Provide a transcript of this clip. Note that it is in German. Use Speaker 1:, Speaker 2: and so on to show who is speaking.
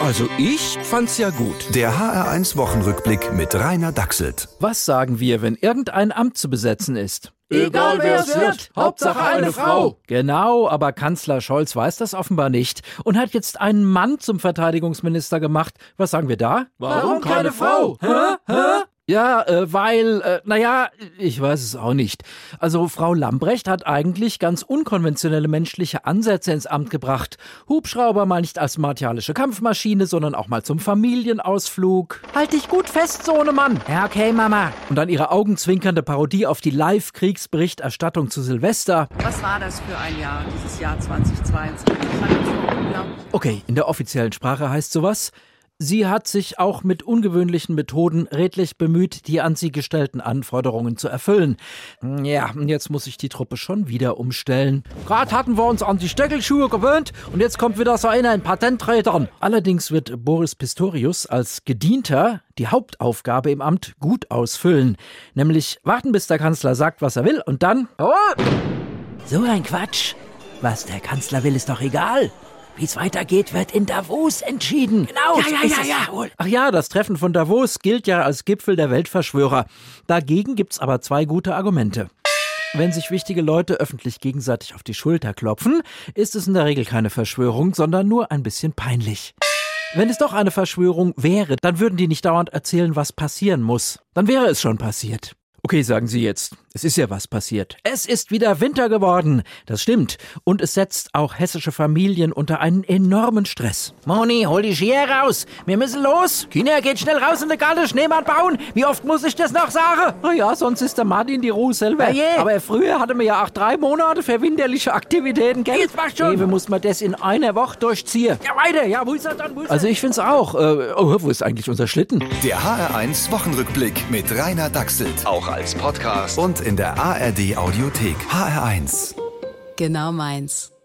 Speaker 1: Also ich fand's ja gut.
Speaker 2: Der HR1 Wochenrückblick mit Rainer Dachselt.
Speaker 1: Was sagen wir, wenn irgendein Amt zu besetzen ist?
Speaker 3: Egal wer es wird, Hauptsache eine Frau.
Speaker 1: Genau, aber Kanzler Scholz weiß das offenbar nicht und hat jetzt einen Mann zum Verteidigungsminister gemacht. Was sagen wir da?
Speaker 3: Warum keine Frau? Hä? Hä?
Speaker 1: Ja, äh, weil, äh, naja, ich weiß es auch nicht. Also Frau Lambrecht hat eigentlich ganz unkonventionelle menschliche Ansätze ins Amt gebracht. Hubschrauber mal nicht als martialische Kampfmaschine, sondern auch mal zum Familienausflug. Halt dich gut fest, Sohnemann. Ja, okay, Mama. Und dann ihre augenzwinkernde Parodie auf die Live-Kriegsberichterstattung zu Silvester.
Speaker 4: Was war das für ein Jahr, dieses Jahr 2022? Ich fand das so unglaublich.
Speaker 1: Okay, in der offiziellen Sprache heißt sowas. Sie hat sich auch mit ungewöhnlichen Methoden redlich bemüht, die an sie gestellten Anforderungen zu erfüllen. Hm, Ja, jetzt muss ich die Truppe schon wieder umstellen. Gerade hatten wir uns an die Stöckelschuhe gewöhnt und jetzt kommt wieder so einer in Patenträdern. Allerdings wird Boris Pistorius als Gedienter die Hauptaufgabe im Amt gut ausfüllen. Nämlich warten, bis der Kanzler sagt, was er will und dann... Oh! So ein Quatsch. Was der Kanzler will, ist doch egal. Wie es weitergeht, wird in Davos entschieden. Genau. Ja, ja, ja, ja. Ach ja, das Treffen von Davos gilt ja als Gipfel der Weltverschwörer. Dagegen gibt's aber zwei gute Argumente. Wenn sich wichtige Leute öffentlich gegenseitig auf die Schulter klopfen, ist es in der Regel keine Verschwörung, sondern nur ein bisschen peinlich. Wenn es doch eine Verschwörung wäre, dann würden die nicht dauernd erzählen, was passieren muss. Dann wäre es schon passiert. Okay, sagen Sie jetzt. Es ist ja was passiert. Es ist wieder Winter geworden. Das stimmt. Und es setzt auch hessische Familien unter einen enormen Stress. Moni, hol die Skier raus. Wir müssen los. Kinder, geht schnell raus in die Galle. Schneemann bauen. Wie oft muss ich das noch sagen? Na ja, sonst ist der Martin die Ruhe selber. Aber früher hatte man ja auch drei Monate für winterliche Aktivitäten, gell? Jetzt mach schon. Ewe muss man das in einer Woche durchziehen. Ja, weiter. Ja, wo ist er dann? Wo ist also ich find's auch. Äh, oh, wo ist eigentlich unser Schlitten?
Speaker 2: Der HR1 Wochenrückblick mit Rainer Dachselt.
Speaker 5: Auch als Podcast.
Speaker 2: Und in der ARD Audiothek. HR1.
Speaker 6: Genau meins.